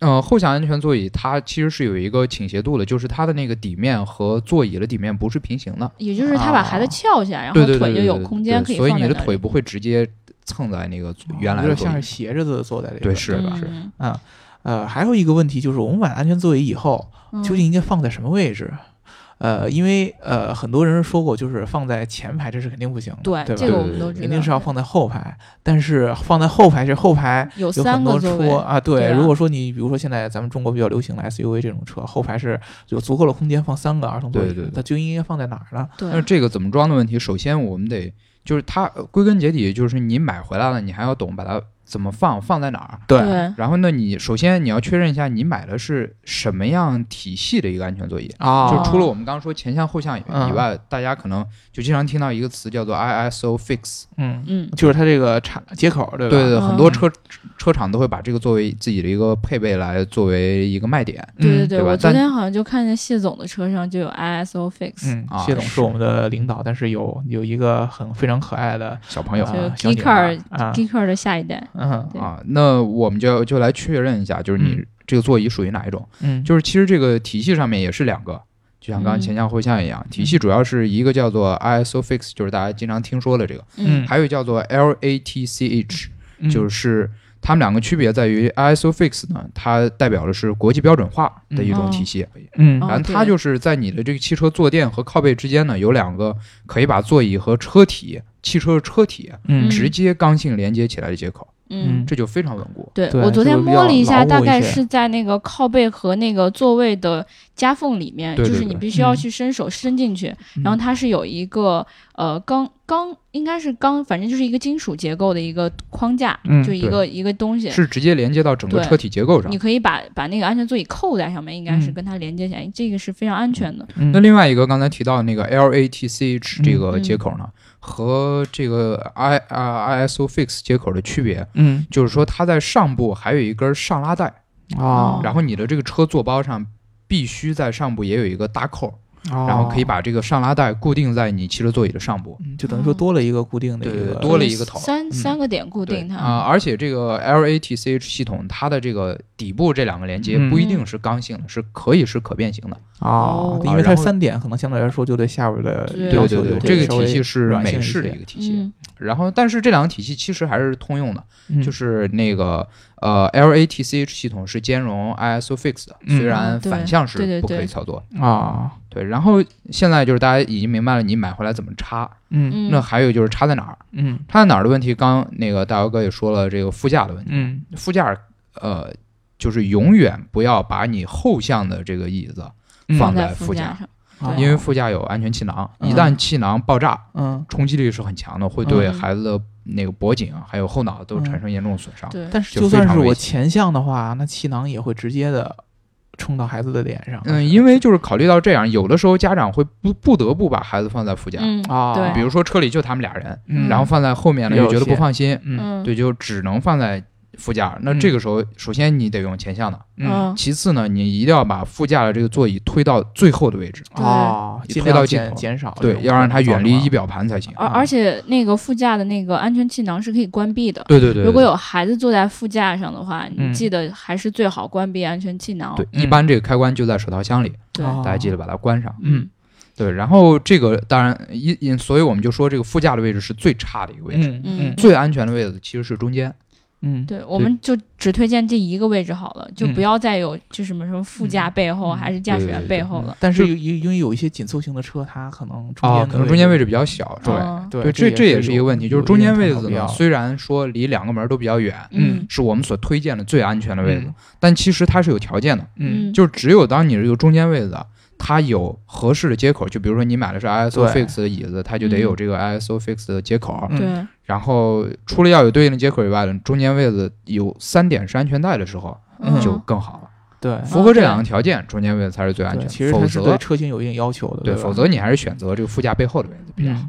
Speaker 3: 呃，后向安全座椅它其实是有一个倾斜度的，就是它的那个底面和座椅的底面不是平行的，
Speaker 1: 也就是他把孩子
Speaker 2: 啊
Speaker 1: 翘起来，然后
Speaker 3: 对对对
Speaker 1: 腿就
Speaker 3: 对
Speaker 1: 有
Speaker 3: 对
Speaker 1: 空间可
Speaker 3: 对
Speaker 1: 放
Speaker 3: 所
Speaker 1: 在
Speaker 3: 以
Speaker 1: 那里。哦
Speaker 3: 你的腿不会直接蹭在那个座原来
Speaker 2: 有
Speaker 3: 的
Speaker 2: 点
Speaker 3: 座
Speaker 2: 像
Speaker 3: 椅
Speaker 2: 是。斜着的坐在这个，
Speaker 3: 对是
Speaker 1: 嗯
Speaker 3: 吧是
Speaker 1: 嗯
Speaker 2: 呃，还有一个问题就是，我们买安全座椅以后，
Speaker 1: 嗯
Speaker 2: 究竟应该放在什么位置？呃，因为呃，很多人说过，就是放在前排这是肯定不行的，
Speaker 1: 对
Speaker 2: 对吧？
Speaker 1: 这个我们都
Speaker 3: 对
Speaker 1: 知道，
Speaker 2: 一定是要放在后排，但是放在后排是后排
Speaker 1: 有
Speaker 2: 有
Speaker 1: 三
Speaker 2: 很
Speaker 1: 个
Speaker 2: 多
Speaker 1: 座
Speaker 2: 车
Speaker 1: 位。
Speaker 2: 啊，对。
Speaker 1: 对啊
Speaker 2: 如果说你比如说现在咱们中国比较流行的 SUV 这种车，后排是有足够的空间放三个儿童座椅
Speaker 3: 对对
Speaker 2: 的
Speaker 3: 对，
Speaker 2: 它究竟应该放在哪儿呢？
Speaker 3: 但
Speaker 1: 对，
Speaker 3: 是这个怎么装的问题，首先我们得就是它呃归根结底就是你买回来了，你还要懂把它怎么放，放在哪儿。
Speaker 1: 对，嗯
Speaker 3: 然后呢，你首先你要确认一下你买的是什么样体系的一个安全座椅。
Speaker 1: 哦
Speaker 2: 啊，
Speaker 3: 就除了我们刚刚说前向后向以
Speaker 2: 嗯
Speaker 3: 以外，大家可能就经常听到一个词叫做 ISO fix，
Speaker 2: 嗯，
Speaker 1: 嗯，
Speaker 2: 就是它这个插接口，对吧？
Speaker 3: 对对，
Speaker 1: 嗯
Speaker 3: 很多车车厂都会把这个作为自己的一个配备来作为一个卖点。
Speaker 1: 对对
Speaker 2: 嗯
Speaker 1: 对，
Speaker 3: 对吧
Speaker 1: 我昨
Speaker 3: 但
Speaker 1: 天好像就看见谢总的车上就有 ISO fix，
Speaker 2: 嗯，
Speaker 3: 啊
Speaker 2: 谢总是
Speaker 3: 是
Speaker 2: 我们的领导，但是有有一个很非常可爱的
Speaker 3: 小朋友
Speaker 2: 啊
Speaker 1: 就
Speaker 2: 小女
Speaker 1: Geeker-
Speaker 2: 孩啊，
Speaker 1: Geeker 的下一代。
Speaker 2: 嗯
Speaker 1: 对
Speaker 3: 啊，那我们就就来确认一下，就是你
Speaker 2: 嗯
Speaker 3: 这个座椅属于哪一种？
Speaker 2: 嗯，
Speaker 3: 就是其实这个体系上面也是两个，就像刚刚
Speaker 1: 嗯
Speaker 3: 前向后向一样，体系主要是一个叫做 ISO fix，就是大家经常听说的这个，
Speaker 2: 嗯
Speaker 3: 还有叫做 LATCH，
Speaker 2: 嗯
Speaker 3: 就是。它们两个区别在于 ISO fix 呢，它代表的是国际标准化的一种体系，
Speaker 2: 嗯
Speaker 1: 哦
Speaker 3: 然后
Speaker 1: 对
Speaker 3: 它就是在你的这个汽车坐垫和靠背之间呢，有两个可以把座椅和车体、汽车的车体
Speaker 2: 嗯
Speaker 1: 嗯
Speaker 3: 直接刚性连接起来的接口，
Speaker 1: 嗯
Speaker 2: 嗯，
Speaker 3: 这就非常稳固。
Speaker 1: 对
Speaker 2: 对
Speaker 1: 我昨天
Speaker 2: 就比
Speaker 1: 摸
Speaker 2: 较
Speaker 1: 了一下，
Speaker 2: 牢固
Speaker 1: 大
Speaker 2: 一
Speaker 1: 概
Speaker 2: 些
Speaker 1: 是在那个靠背和那个座位的夹缝里面，
Speaker 3: 对对
Speaker 1: 就是
Speaker 3: 对
Speaker 1: 你必须要
Speaker 2: 嗯
Speaker 1: 去伸手伸进去，
Speaker 2: 嗯
Speaker 1: 然后它是有一个呃钢钢，应该是钢，反正就是一个金属结构的一个框架，
Speaker 2: 嗯
Speaker 1: 就一
Speaker 3: 对
Speaker 1: 个一个东西。
Speaker 3: 是直接连接到整个
Speaker 1: 对
Speaker 3: 车体结构上
Speaker 1: 你。可以把把那个安全座椅扣在上面，应该是
Speaker 2: 嗯
Speaker 1: 跟它连接起来，这个是非常安全的。
Speaker 2: 嗯
Speaker 3: 那另外一个刚才提到那个 LATCH
Speaker 2: 嗯
Speaker 3: 这个接口呢，和这个 I 啊 ISO Fix 接口的区别，
Speaker 2: 嗯
Speaker 3: 就是说它在上部还有一根上拉带，
Speaker 2: 啊，
Speaker 3: 然后你的这个车座包上必须在上部也有一个搭扣，
Speaker 2: 哦
Speaker 3: 然后可以把这个上拉带固定在你汽车座椅的上部。
Speaker 2: 嗯就等于说多了一个固定的一
Speaker 3: 对对
Speaker 2: 个
Speaker 3: 对多了一个头
Speaker 1: 三
Speaker 2: 嗯
Speaker 1: 三个点固
Speaker 3: 对
Speaker 1: 定它。
Speaker 3: 啊、而且这个 LATCH 系统，它的这个底部这两个连接
Speaker 2: 嗯
Speaker 3: 不一定是刚性的，是可以是可变性的。
Speaker 2: 啊
Speaker 1: 哦，
Speaker 2: 因为它
Speaker 3: 然
Speaker 2: 是
Speaker 3: 后
Speaker 2: 三点，可能相对来说就对下边的
Speaker 1: 对
Speaker 2: 要
Speaker 3: 对
Speaker 2: 求
Speaker 3: 对
Speaker 2: 就会
Speaker 3: 对，这个
Speaker 2: 稍
Speaker 3: 体
Speaker 2: 微
Speaker 3: 系是
Speaker 2: 软性
Speaker 3: 美
Speaker 2: 一
Speaker 3: 式的
Speaker 2: 些
Speaker 3: 一个体系。
Speaker 1: 嗯，
Speaker 3: 然后，但是这两个体系其实还是通用的，
Speaker 2: 嗯
Speaker 3: 就是那个呃 LATCH 系统是兼容 ISO Fix 的，
Speaker 2: 嗯
Speaker 3: 虽然反向
Speaker 1: 对对
Speaker 3: 是不可
Speaker 1: 对
Speaker 3: 以操作。
Speaker 2: 啊，
Speaker 3: 对，然后现在就是大家已经明白了，你买回来怎么插。
Speaker 2: 嗯
Speaker 1: 嗯
Speaker 3: 那还有就是插在哪儿？
Speaker 2: 嗯
Speaker 3: 插在哪儿的问题，刚刚那个大姚哥也说了，这个副驾的问题。
Speaker 2: 嗯
Speaker 3: 副驾呃，就是永远不要把你后向的这个椅子，
Speaker 2: 嗯
Speaker 1: 放
Speaker 3: 放
Speaker 1: 在
Speaker 3: 在
Speaker 1: 副
Speaker 3: 副
Speaker 1: 驾
Speaker 3: 驾
Speaker 1: 上。
Speaker 2: 啊
Speaker 1: 对
Speaker 3: 因为副驾有安全气囊，
Speaker 2: 嗯
Speaker 3: 一旦气囊爆炸，
Speaker 2: 嗯，
Speaker 3: 冲击力是很强的，会对
Speaker 1: 嗯
Speaker 3: 孩子的那个脖颈还有后脑都产生严重损伤。
Speaker 1: 对，
Speaker 2: 但是
Speaker 3: 就
Speaker 2: 就
Speaker 3: 非
Speaker 2: 算
Speaker 3: 常
Speaker 2: 是
Speaker 3: 危
Speaker 2: 我
Speaker 3: 险
Speaker 2: 前向的话，那气囊也会直接的冲到孩子的脸上。
Speaker 3: 嗯，
Speaker 2: 是
Speaker 3: 因为就是考虑到这样，有的时候家长会不不得不把孩子放在副驾，
Speaker 1: 嗯
Speaker 2: 啊，
Speaker 1: 对
Speaker 3: 比如说车里就他们俩人，
Speaker 2: 嗯
Speaker 3: 然后放在后面
Speaker 2: 比
Speaker 3: 呢
Speaker 2: 较
Speaker 3: 又觉得不放心，
Speaker 2: 嗯
Speaker 1: 嗯
Speaker 3: 对，就只能放在副驾。那
Speaker 2: 嗯
Speaker 3: 这个时候，首先你得用前向的，
Speaker 2: 嗯
Speaker 3: 其次呢，你一定要把副驾的这个座椅推到最后的位置，
Speaker 1: 对
Speaker 2: 啊，尽
Speaker 3: 推
Speaker 2: 量
Speaker 3: 到
Speaker 2: 减
Speaker 3: 尽头
Speaker 2: 减少这
Speaker 3: 哦对，
Speaker 2: 种
Speaker 3: 要让它
Speaker 2: 造
Speaker 3: 远
Speaker 2: 成
Speaker 3: 离
Speaker 2: 了
Speaker 3: 仪表盘才行。
Speaker 1: 而
Speaker 2: 啊
Speaker 1: 而且那个副驾的那个安全气囊是可以关闭的。
Speaker 3: 对对对，
Speaker 1: 如果有孩子坐在副驾上的话，
Speaker 2: 嗯
Speaker 1: 你记得还是最好关闭安全气囊。
Speaker 3: 对，
Speaker 2: 嗯
Speaker 3: 一般这个开关就在手套箱里，
Speaker 1: 对
Speaker 2: 啊
Speaker 3: 大家记得把它关上。
Speaker 2: 嗯
Speaker 3: 对，然后这个当然因因，所以我们就说这个副驾的位置是最差的一个位置，
Speaker 2: 嗯
Speaker 1: 嗯
Speaker 2: 嗯
Speaker 3: 最安全的位置其实是中间。
Speaker 2: 嗯，
Speaker 1: 对我们就只推荐这一个位置好了，就
Speaker 2: 嗯
Speaker 1: 不要再有就什么什么副驾背后
Speaker 2: 嗯
Speaker 1: 还是驾驶
Speaker 3: 对
Speaker 1: 员
Speaker 3: 对
Speaker 1: 背
Speaker 3: 对
Speaker 1: 后了。
Speaker 2: 但是有有因为有一些紧凑型的车，它可能中
Speaker 3: 啊，
Speaker 2: 间
Speaker 3: 可能中间位
Speaker 2: 置
Speaker 3: 置比较小，对。
Speaker 1: 嗯
Speaker 2: 对，
Speaker 3: 这
Speaker 2: 这
Speaker 3: 也是一个
Speaker 2: 有
Speaker 3: 问题，就是
Speaker 2: 有
Speaker 3: 中
Speaker 2: 一定
Speaker 3: 间位
Speaker 2: 参考
Speaker 3: 置
Speaker 2: 必
Speaker 3: 呢，
Speaker 2: 要
Speaker 3: 虽然说离两个门都比较远，
Speaker 1: 嗯
Speaker 3: 是我们所推荐的最安全的位置，但其实它是有条件的，
Speaker 2: 嗯
Speaker 3: 就只有当你这个中间位置啊，它有合适的接口，就比如说你买的是 ISO
Speaker 2: 对
Speaker 3: Fix 的椅子，它就得有这个 ISO Fix 的接口，
Speaker 2: 嗯
Speaker 1: 对，
Speaker 3: 然后除了要有对应的接口以外呢，中间位置有三点是安全带的时候，
Speaker 2: 嗯
Speaker 3: 就更好了。
Speaker 2: 对
Speaker 3: 符合这两个条件，中间位置才是最安
Speaker 2: 哦对，
Speaker 3: 全
Speaker 2: 其
Speaker 3: 的。
Speaker 2: 实
Speaker 3: 否
Speaker 2: 它是对
Speaker 3: 则，
Speaker 2: 车型有一定要求的，
Speaker 3: 对，
Speaker 2: 吧
Speaker 3: 否则你还是选择这个副驾背后的位置比较好。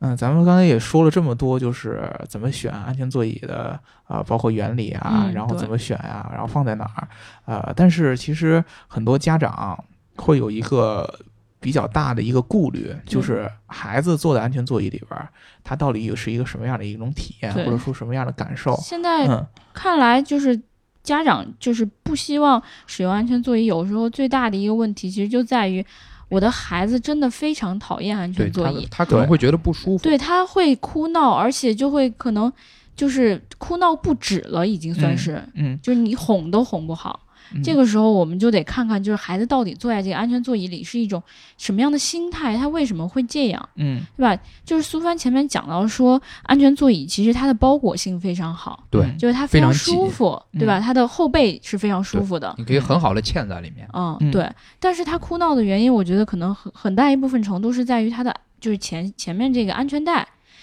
Speaker 2: 嗯，咱们刚才也说了这么多，就是怎么选安全座椅的啊、呃包括原理啊，
Speaker 1: 嗯
Speaker 2: 然后
Speaker 1: 对
Speaker 2: 怎么选啊，然后啊放在哪儿，呃，但是其实很多家长会有一个比较大的一个顾虑，
Speaker 1: 嗯
Speaker 2: 就是孩子坐在安全座椅里边儿，他到底是一个什么样的一种体验，
Speaker 1: 对
Speaker 2: 或者说什么样的感受？
Speaker 1: 现在
Speaker 2: 嗯，
Speaker 1: 看来就是家长就是不希望使用安全座椅，有时候最大的一个问题其实就在于我的孩子真的非常讨厌安
Speaker 3: 对
Speaker 1: 全座
Speaker 3: 他
Speaker 1: 椅，
Speaker 3: 他可能
Speaker 2: 对
Speaker 3: 会觉得不舒服。
Speaker 1: 对他会哭闹，而且就会可能就是哭闹不止了，已经算是，
Speaker 2: 嗯，
Speaker 1: 就是你哄都哄不好。
Speaker 2: 嗯
Speaker 1: 这个时候我们就得看看，就是孩子到底坐在这个安全座椅里是一种什么样的心态，他为什么会这样，
Speaker 2: 嗯
Speaker 1: 对吧？就是苏帆前面讲到说，安全座椅其实它的包裹性非常好，
Speaker 3: 对
Speaker 2: 嗯
Speaker 1: 就是它
Speaker 3: 非
Speaker 1: 常
Speaker 3: 常
Speaker 1: 舒
Speaker 3: 紧
Speaker 1: 服，对吧？它的后背是非常舒服的。
Speaker 3: 你可以很好的嵌在里面。
Speaker 1: 嗯，
Speaker 2: 嗯
Speaker 1: 对，但是他哭闹的原因，我觉得可能很很大一部分程度是在于他的就是前前面这个安全带，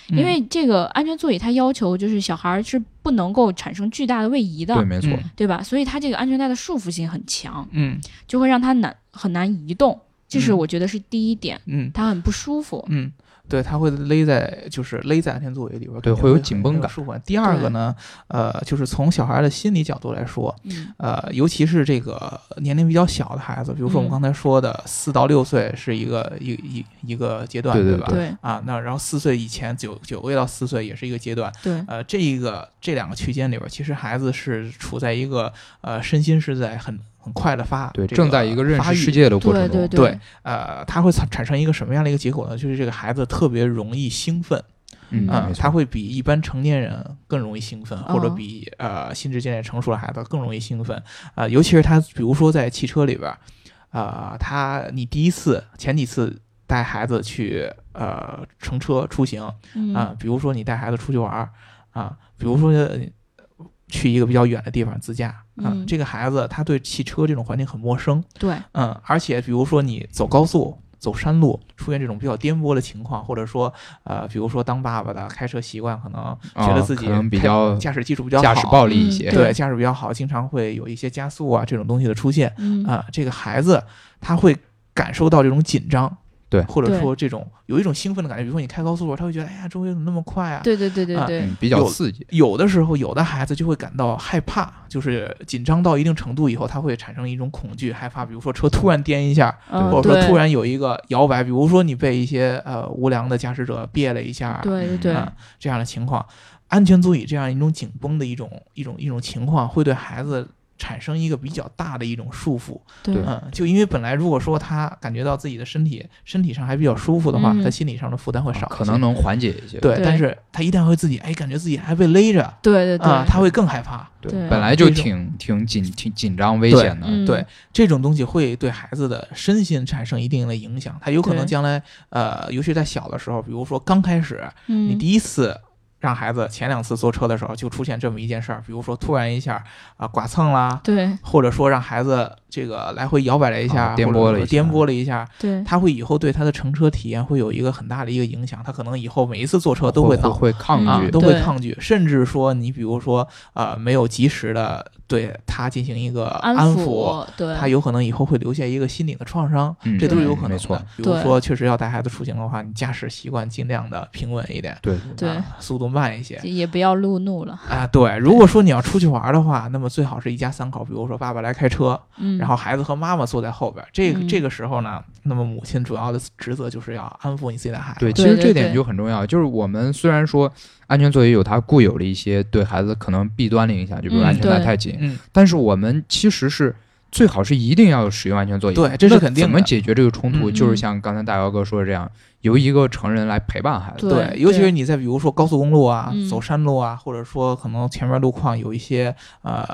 Speaker 2: 嗯
Speaker 1: 因为这个安全座椅它要求就是小孩儿是不能够产生巨大的位移的，
Speaker 3: 对，没错，
Speaker 2: 嗯
Speaker 1: 对吧？所以它这个安全带的束缚性很强，
Speaker 2: 嗯
Speaker 1: 就会让他难很难移动，这是
Speaker 2: 嗯
Speaker 1: 我觉得是第一点，
Speaker 2: 嗯
Speaker 1: 他很不舒服。
Speaker 2: 嗯，对，他会勒在就是勒在安全座椅里边儿，
Speaker 3: 对
Speaker 2: 感觉
Speaker 3: 会有
Speaker 2: 很
Speaker 3: 紧绷
Speaker 2: 很
Speaker 3: 感
Speaker 2: 舒服。第二个呢，呃，就是从小孩的心理角度来说，
Speaker 1: 嗯，
Speaker 2: 呃，尤其是这个年龄比较小的孩子，比如说我们
Speaker 1: 嗯
Speaker 2: 刚才说的，四到六岁是一个一一一个阶段，
Speaker 3: 对对
Speaker 2: 吧？
Speaker 1: 嗯对
Speaker 2: 啊，那然后四岁以前，九九个月到四岁也是一个阶段。
Speaker 1: 对
Speaker 2: 呃，这一个这两个区间里边，其实孩子是处在一个呃身心是在很很快的发
Speaker 3: 对，
Speaker 2: 这
Speaker 3: 正在一个认
Speaker 2: 发
Speaker 3: 识
Speaker 2: 育
Speaker 3: 世界的过
Speaker 1: 对
Speaker 3: 程
Speaker 1: 对
Speaker 3: 中，
Speaker 2: 对呃，它会产产生一个什么样的一个结果呢？就是这个孩子特别容易兴奋，
Speaker 3: 嗯，
Speaker 1: 啊
Speaker 2: 嗯，
Speaker 3: 没错
Speaker 2: 他会比一般成年人更容易兴奋，或者
Speaker 1: 哦
Speaker 2: 比呃心智渐渐成熟的孩子更容易兴奋。呃，尤其是他，比如说在汽车里边儿，呃，他你第一次前几次带孩子去呃乘车出行啊、
Speaker 1: 嗯
Speaker 2: 比如说你带孩子出去玩儿啊、比如说。呃去一个比较远的地方自驾啊、
Speaker 1: 嗯
Speaker 2: 这个孩子他对汽车这种环境很陌生，
Speaker 1: 对
Speaker 2: 嗯，而且比如说你走高速、走山路，出现这种比较颠簸的情况，或者说，呃，比如说当爸爸的开车习惯可能觉得
Speaker 3: 啊
Speaker 2: 自己
Speaker 3: 可能比
Speaker 2: 开
Speaker 3: 较
Speaker 2: 驾驶技术比较好，
Speaker 3: 驾驶暴力一
Speaker 1: 嗯
Speaker 3: 些，
Speaker 2: 对驾驶比较好，经常会有一些加速啊这种东西的出现
Speaker 1: 嗯
Speaker 2: 啊、这个孩子他会感受到这种紧张，
Speaker 3: 对
Speaker 2: 或者
Speaker 1: 对
Speaker 2: 说这种有一种兴奋的感觉，比如说你开高速的时候，他会觉得哎呀，周围怎么那么快啊？
Speaker 1: 对对对对
Speaker 2: 啊
Speaker 1: 对
Speaker 3: 嗯，比较
Speaker 2: 有
Speaker 3: 刺激，
Speaker 2: 有的时候，有的孩子就会感到害怕，就是紧张到一定程度以后，他会产生一种恐惧、害怕。比如说车突然颠一下，
Speaker 1: 嗯
Speaker 2: 或者
Speaker 1: 对
Speaker 2: 说突然有一个摇摆，比如说你被一些呃无良的驾驶者别了一下，
Speaker 1: 对对对
Speaker 3: 嗯
Speaker 2: 啊这样的情况，安全座椅这样一种紧绷的一种一种一种情况，会对孩子产生一个比较大的一种束缚。
Speaker 1: 对
Speaker 2: 嗯，就因为本来如果说他感觉到自己的身体身体上还比较舒服的话，
Speaker 1: 嗯
Speaker 2: 他心理上的负担会少一些，
Speaker 3: 可能能缓解一些。
Speaker 2: 对，
Speaker 1: 对
Speaker 2: 但是他一旦会自己哎感觉自己还被勒着
Speaker 1: 对对
Speaker 2: 啊，
Speaker 1: 对，
Speaker 2: 他会更害怕。
Speaker 3: 对
Speaker 1: 对
Speaker 3: 本来就
Speaker 2: 这种
Speaker 3: 挺挺紧挺紧张危
Speaker 2: 对
Speaker 3: 险的，
Speaker 1: 嗯
Speaker 2: 对这种东西会对孩子的身心产生一定的影响，他有可能
Speaker 1: 对
Speaker 2: 将来，呃，尤其在小的时候，比如说刚开始，你
Speaker 1: 嗯
Speaker 2: 第一次让孩子前两次坐车的时候，就出现这么一件事儿，比如说突然一下啊、剐蹭啦，
Speaker 1: 对
Speaker 2: 或者说让孩子这个来回摇摆了一下，
Speaker 3: 啊颠簸
Speaker 2: 或者
Speaker 3: 了一
Speaker 2: 说
Speaker 3: 下
Speaker 2: 颠簸了一下，
Speaker 1: 对
Speaker 2: 他会以后对他的乘车体验会有一个很大的一个影响，他可能以后每一次坐车都
Speaker 3: 会
Speaker 2: 会闹。
Speaker 3: 会抗
Speaker 2: 啊
Speaker 1: 嗯，
Speaker 3: 拒，
Speaker 2: 都会
Speaker 1: 对
Speaker 2: 抗拒，甚至说你比如说，呃，没有及时的对他进行一个安
Speaker 1: 抚对
Speaker 2: 他有可能以后会留下一个心理的创伤，
Speaker 3: 嗯
Speaker 2: 这都是
Speaker 1: 对
Speaker 2: 有可能
Speaker 3: 没错
Speaker 2: 的。比如说，确实要带孩子出行的话，你驾驶习惯尽量的平稳一点，
Speaker 3: 对
Speaker 1: 对
Speaker 2: 啊速度慢一些
Speaker 1: 也不要路怒了，
Speaker 2: 啊。对，如果说你要出去玩的话，那么最好是一家三口，比如说爸爸来开车，
Speaker 1: 嗯，
Speaker 2: 然后孩子和妈妈坐在后边。这个
Speaker 1: 嗯
Speaker 2: 这个时候呢，那么母亲主要的职责就是要安抚你自己的孩子
Speaker 3: 对，。其实
Speaker 1: 对
Speaker 3: 这
Speaker 1: 对
Speaker 3: 点就很重要。就是我们虽然说安全座椅有它固有的一些对孩子可能弊端的影响，就比如
Speaker 1: 嗯
Speaker 3: 安全带
Speaker 1: 对
Speaker 3: 太紧，
Speaker 2: 嗯，
Speaker 3: 但是我们其实是最好是一定要使用安全座椅。
Speaker 2: 对这是
Speaker 3: 那
Speaker 2: 肯定的
Speaker 3: 怎么解决这个冲突？
Speaker 2: 嗯
Speaker 3: 就是
Speaker 1: 嗯
Speaker 3: 像刚才大姚哥说的这样，由一个成人来陪伴孩子。
Speaker 1: 对
Speaker 2: 对，尤其是你在比如说高速公路啊、
Speaker 1: 嗯
Speaker 2: 走山路啊，或者说可能前面路况有一些呃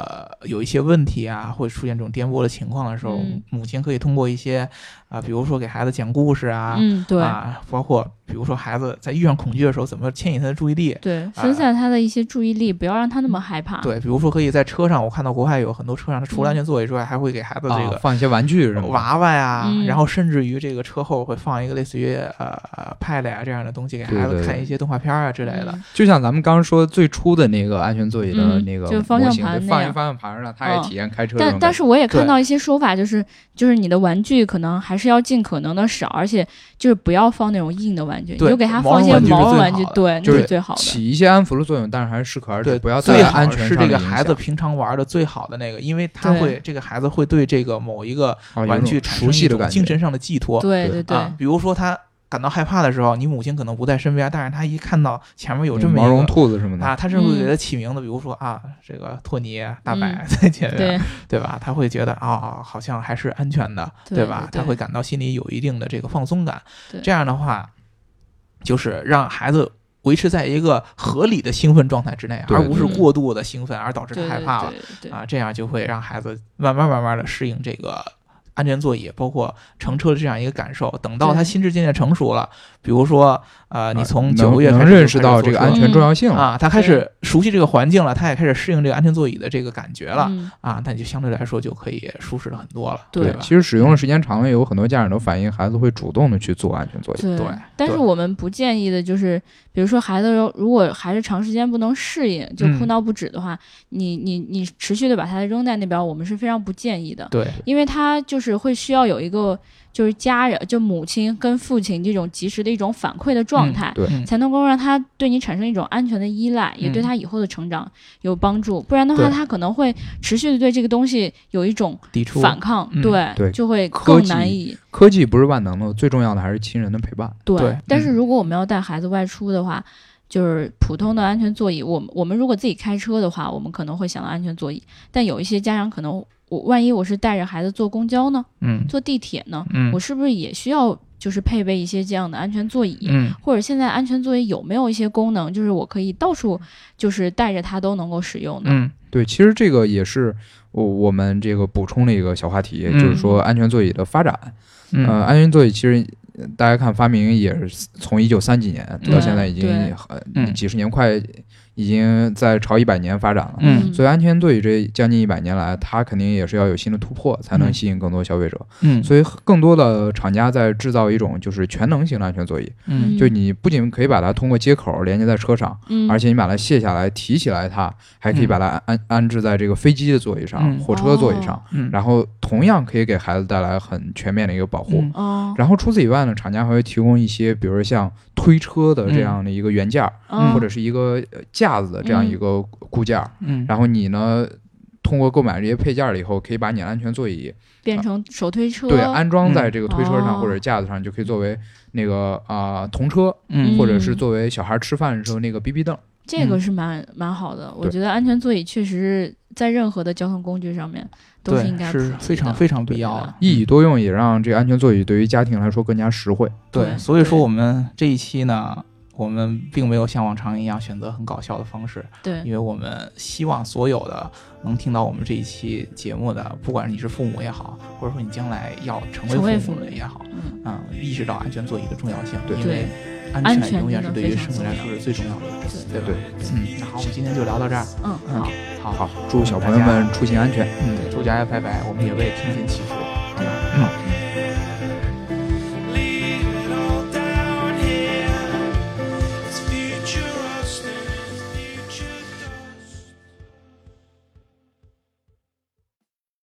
Speaker 2: 有一些问题啊，会出现这种颠簸的情况的时候，
Speaker 1: 嗯
Speaker 2: 母亲可以通过一些啊、比如说给孩子讲故事啊，
Speaker 1: 嗯对
Speaker 2: 啊，包括比如说孩子在遇上恐惧的时候，怎么牵引他的注意力。
Speaker 1: 对，分散他的一些注意力，不要让他那么害怕。
Speaker 2: 啊嗯对，比如说可以在车上，我看到国外有很多车上，它除
Speaker 1: 嗯
Speaker 2: 了安全座椅之外，还会给孩子这
Speaker 3: 啊
Speaker 2: 个
Speaker 3: 放一些玩具什么的。
Speaker 2: 娃娃呀、
Speaker 1: 嗯
Speaker 2: 然后甚至于这个车后会放一个类似于呃呃 Pad 呀、这样的东西给孩
Speaker 3: 对
Speaker 2: 子
Speaker 3: 对
Speaker 2: 看一些动画片啊之类的。
Speaker 1: 嗯
Speaker 3: 就像咱们刚刚说最初的那个安全座椅的
Speaker 1: 嗯
Speaker 3: 那个
Speaker 1: 就
Speaker 3: 模型，
Speaker 1: 方向盘
Speaker 3: 就
Speaker 1: 那
Speaker 3: 放一
Speaker 1: 样嗯
Speaker 3: 方向盘让他也体验开车
Speaker 1: 但
Speaker 3: 的那种感
Speaker 1: 但
Speaker 3: 觉。
Speaker 1: 是我也看
Speaker 2: 对
Speaker 1: 到一些说法，就是就是你的玩具可能还是要尽可能的少，而且就是不要放那种硬的玩具，你
Speaker 2: 对
Speaker 1: 就给它放一些
Speaker 2: 毛
Speaker 1: 毛
Speaker 2: 绒
Speaker 1: 绒
Speaker 2: 玩
Speaker 1: 玩具
Speaker 2: 具是最好
Speaker 1: 对，
Speaker 2: 的，
Speaker 3: 就
Speaker 1: 那
Speaker 3: 是
Speaker 1: 是最好的。
Speaker 3: 起一些安抚的作用，但是还是适可而止，
Speaker 2: 对，
Speaker 3: 不要
Speaker 2: 最
Speaker 3: 在
Speaker 2: 好
Speaker 3: 安全
Speaker 2: 是
Speaker 3: 上
Speaker 2: 这
Speaker 3: 的
Speaker 2: 个
Speaker 3: 影
Speaker 2: 孩子
Speaker 3: 响
Speaker 2: 平常玩的最好的那个，因为他
Speaker 1: 对
Speaker 2: 会这个孩子会对这个某一个
Speaker 3: 啊有
Speaker 2: 玩
Speaker 3: 种
Speaker 2: 具产生
Speaker 3: 熟
Speaker 2: 一
Speaker 3: 悉的
Speaker 2: 种
Speaker 3: 感觉，
Speaker 2: 精神上的寄托。
Speaker 1: 对
Speaker 3: 对
Speaker 1: 对对
Speaker 2: 啊，比如说他感到害怕的时候，你母亲可能不在身边，但是他一看到前面有这么一
Speaker 3: 嗯毛
Speaker 2: 个
Speaker 3: 绒兔子什么的，
Speaker 2: 啊，他是会给
Speaker 1: 嗯
Speaker 2: 他起名的，比如说啊，这个托尼、大白
Speaker 1: 嗯
Speaker 2: 在前面，
Speaker 1: 对
Speaker 2: 对吧？他会觉得啊、好像还是安全的，
Speaker 1: 对
Speaker 2: 吧？
Speaker 1: 对
Speaker 2: 他会感到心里有一定的这个放松感。
Speaker 1: 对
Speaker 2: 这样的话，就是让孩子维持在一个合理的兴奋状态之内，
Speaker 3: 对
Speaker 2: 而不是
Speaker 1: 对
Speaker 2: 过度的兴奋而导致他
Speaker 1: 嗯对
Speaker 2: 害怕了
Speaker 1: 对对
Speaker 2: 啊。这样就会让孩子慢慢慢慢的适应这个。安全座椅，包括乘车的这样一个感受，等到他
Speaker 1: 对
Speaker 2: 心智渐渐成熟了，比如说，呃，你从
Speaker 3: 啊能
Speaker 2: 九个月
Speaker 3: 能
Speaker 2: 开始就
Speaker 3: 认识
Speaker 2: 开始
Speaker 3: 到
Speaker 2: 坐
Speaker 3: 这个
Speaker 2: 车
Speaker 3: 安全重要性了。
Speaker 2: 啊，他开始熟悉这个环境了，他也开始适应这个安全座椅的这个感觉了、
Speaker 1: 嗯
Speaker 2: 啊，那你就相对来说就可以舒适的很多了，
Speaker 1: 对
Speaker 2: 吧？
Speaker 3: 其实使用的时间长了，有很多家长都反映孩子会主动的去做安全座椅。
Speaker 1: 对
Speaker 2: 对
Speaker 1: 但是
Speaker 2: 对
Speaker 1: 我们不建议的就是，比如说孩子如如果还是长时间不能适应，就哭
Speaker 2: 嗯
Speaker 1: 闹不止的话，你你你持续的把它扔在那边，我们是非常不建议的，
Speaker 2: 对
Speaker 1: 因为他就是会需要有一个就是家人就母亲跟父亲这种及时的一种反馈的状
Speaker 2: 嗯
Speaker 1: 态。
Speaker 3: 对
Speaker 2: 嗯
Speaker 1: 才能够让他对你产生一种安全的依赖，也对
Speaker 2: 嗯
Speaker 1: 他以后的成长有帮助。不然的话，
Speaker 2: 对
Speaker 1: 他可能会持续的对这个东西有一种
Speaker 2: 抵触
Speaker 1: 反抗，
Speaker 2: 嗯
Speaker 1: 对，
Speaker 3: 对
Speaker 1: 就会
Speaker 3: 科
Speaker 1: 更
Speaker 3: 技
Speaker 1: 难以
Speaker 3: 科技不是万能的，最重要的还是亲人的陪伴。
Speaker 1: 对，
Speaker 2: 对
Speaker 1: 但是
Speaker 2: 嗯
Speaker 1: 如果我们要带孩子外出的话，就是普通的安全座椅，我们我们如果自己开车的话，我们可能会想到安全座椅，但有一些家长可能，我万一我是带着孩子坐公交呢，
Speaker 2: 嗯
Speaker 1: 坐地铁呢，
Speaker 2: 嗯
Speaker 1: 我是不是也需要就是配备一些这样的安全座椅？
Speaker 2: 嗯
Speaker 1: 或者现在安全座椅有没有一些功能，就是我可以到处就是带着它都能够使用的？
Speaker 2: 嗯
Speaker 3: 对，其实这个也是我我们这个补充的一个小话题，
Speaker 2: 嗯
Speaker 3: 就是说安全座椅的发展。呃，
Speaker 2: 嗯
Speaker 3: 安全座椅其实呃大家看发明也是从一九三几年到
Speaker 1: 对
Speaker 3: 现在已经
Speaker 1: 嗯对
Speaker 3: 很、
Speaker 2: 嗯
Speaker 3: 几十年，快已经在朝一百年发展了。
Speaker 2: 嗯
Speaker 3: 所以安全座椅这将近一百年来，它肯定也是要有新的突破，才能
Speaker 2: 嗯
Speaker 3: 吸引更多消费者。
Speaker 2: 嗯，
Speaker 3: 所以更多的厂家在制造一种就是全能型的安全座椅，
Speaker 2: 嗯
Speaker 3: 就你不仅可以把它通过接口连接在车上，
Speaker 1: 嗯，
Speaker 3: 而且你把它卸下来提起来它，还可以把它安安安置在这个飞机的座椅上、
Speaker 2: 嗯
Speaker 3: 火车座椅上，
Speaker 1: 哦
Speaker 2: 嗯，
Speaker 3: 然后同样可以给孩子带来很全面的一个保护。
Speaker 2: 嗯
Speaker 1: 哦，
Speaker 3: 然后除此以外呢，厂家还会提供一些，比如说像推车的这样的一个元件儿，
Speaker 1: 嗯
Speaker 3: 或者是一个呃架子的这样一个固件儿。
Speaker 2: 嗯，
Speaker 3: 然后你呢，通过购买这些配件儿了以后，可以把你的安全座椅
Speaker 1: 变成手推车，
Speaker 3: 对安装在这个推车上
Speaker 1: 哦
Speaker 3: 或者架子上，就可以作为那个啊童车，
Speaker 2: 嗯
Speaker 3: 或者是作为小孩吃饭的时候那个 BB 凳。
Speaker 1: 这个
Speaker 2: 嗯
Speaker 1: 是蛮、蛮好的，我
Speaker 3: 对
Speaker 1: 觉得安全座椅确实在任何的交通工具上面都是应该
Speaker 2: 对
Speaker 1: 普及
Speaker 2: 是
Speaker 1: 的
Speaker 2: 非常非常必
Speaker 1: 对
Speaker 2: 要嗯
Speaker 1: 吧
Speaker 2: 的。
Speaker 3: 一椅多用也让这个安全座椅对于家庭来说更加实惠。
Speaker 2: 对，
Speaker 1: 对
Speaker 2: 所以说
Speaker 1: 对
Speaker 2: 我们这一期呢，我们并没有像往常一样选择很搞笑的方式，因
Speaker 1: 对，
Speaker 2: 为我们希望所有的能听到我们这一期节目的，不管你是父母也好，或者说你将来要成
Speaker 1: 成
Speaker 2: 为
Speaker 1: 为
Speaker 2: 父
Speaker 1: 父
Speaker 2: 母
Speaker 1: 母
Speaker 2: 的也好，
Speaker 1: 嗯，
Speaker 2: 啊、意识到安全座椅的重要性，
Speaker 3: 对
Speaker 2: 因为安
Speaker 1: 安
Speaker 2: 全
Speaker 1: 全
Speaker 2: 永远是
Speaker 1: 真的
Speaker 2: 对
Speaker 1: 非
Speaker 2: 于
Speaker 1: 常
Speaker 2: 生命
Speaker 1: 重
Speaker 2: 来
Speaker 1: 要
Speaker 2: 说是最重要的，
Speaker 1: 对，
Speaker 2: 对吧？
Speaker 3: 对，
Speaker 2: 嗯，那好，我们今天就聊到这儿，
Speaker 1: 嗯，
Speaker 2: 嗯
Speaker 1: 好。，
Speaker 2: 好，
Speaker 3: 好，祝小朋友们出行安全。
Speaker 2: 嗯，祝大家拜拜，我们也为听琴祈福。